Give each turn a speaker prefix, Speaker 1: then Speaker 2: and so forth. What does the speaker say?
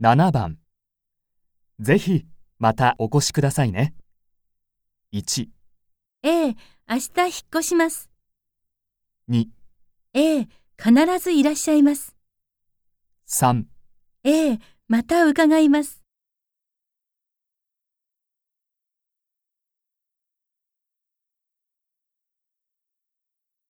Speaker 1: 7番ぜひまたお越しくださいね。1、
Speaker 2: ええ、明日引っ越します。
Speaker 1: 2、
Speaker 2: ええ、必ずいらっしゃいます。
Speaker 1: 3
Speaker 2: ええ、また伺います。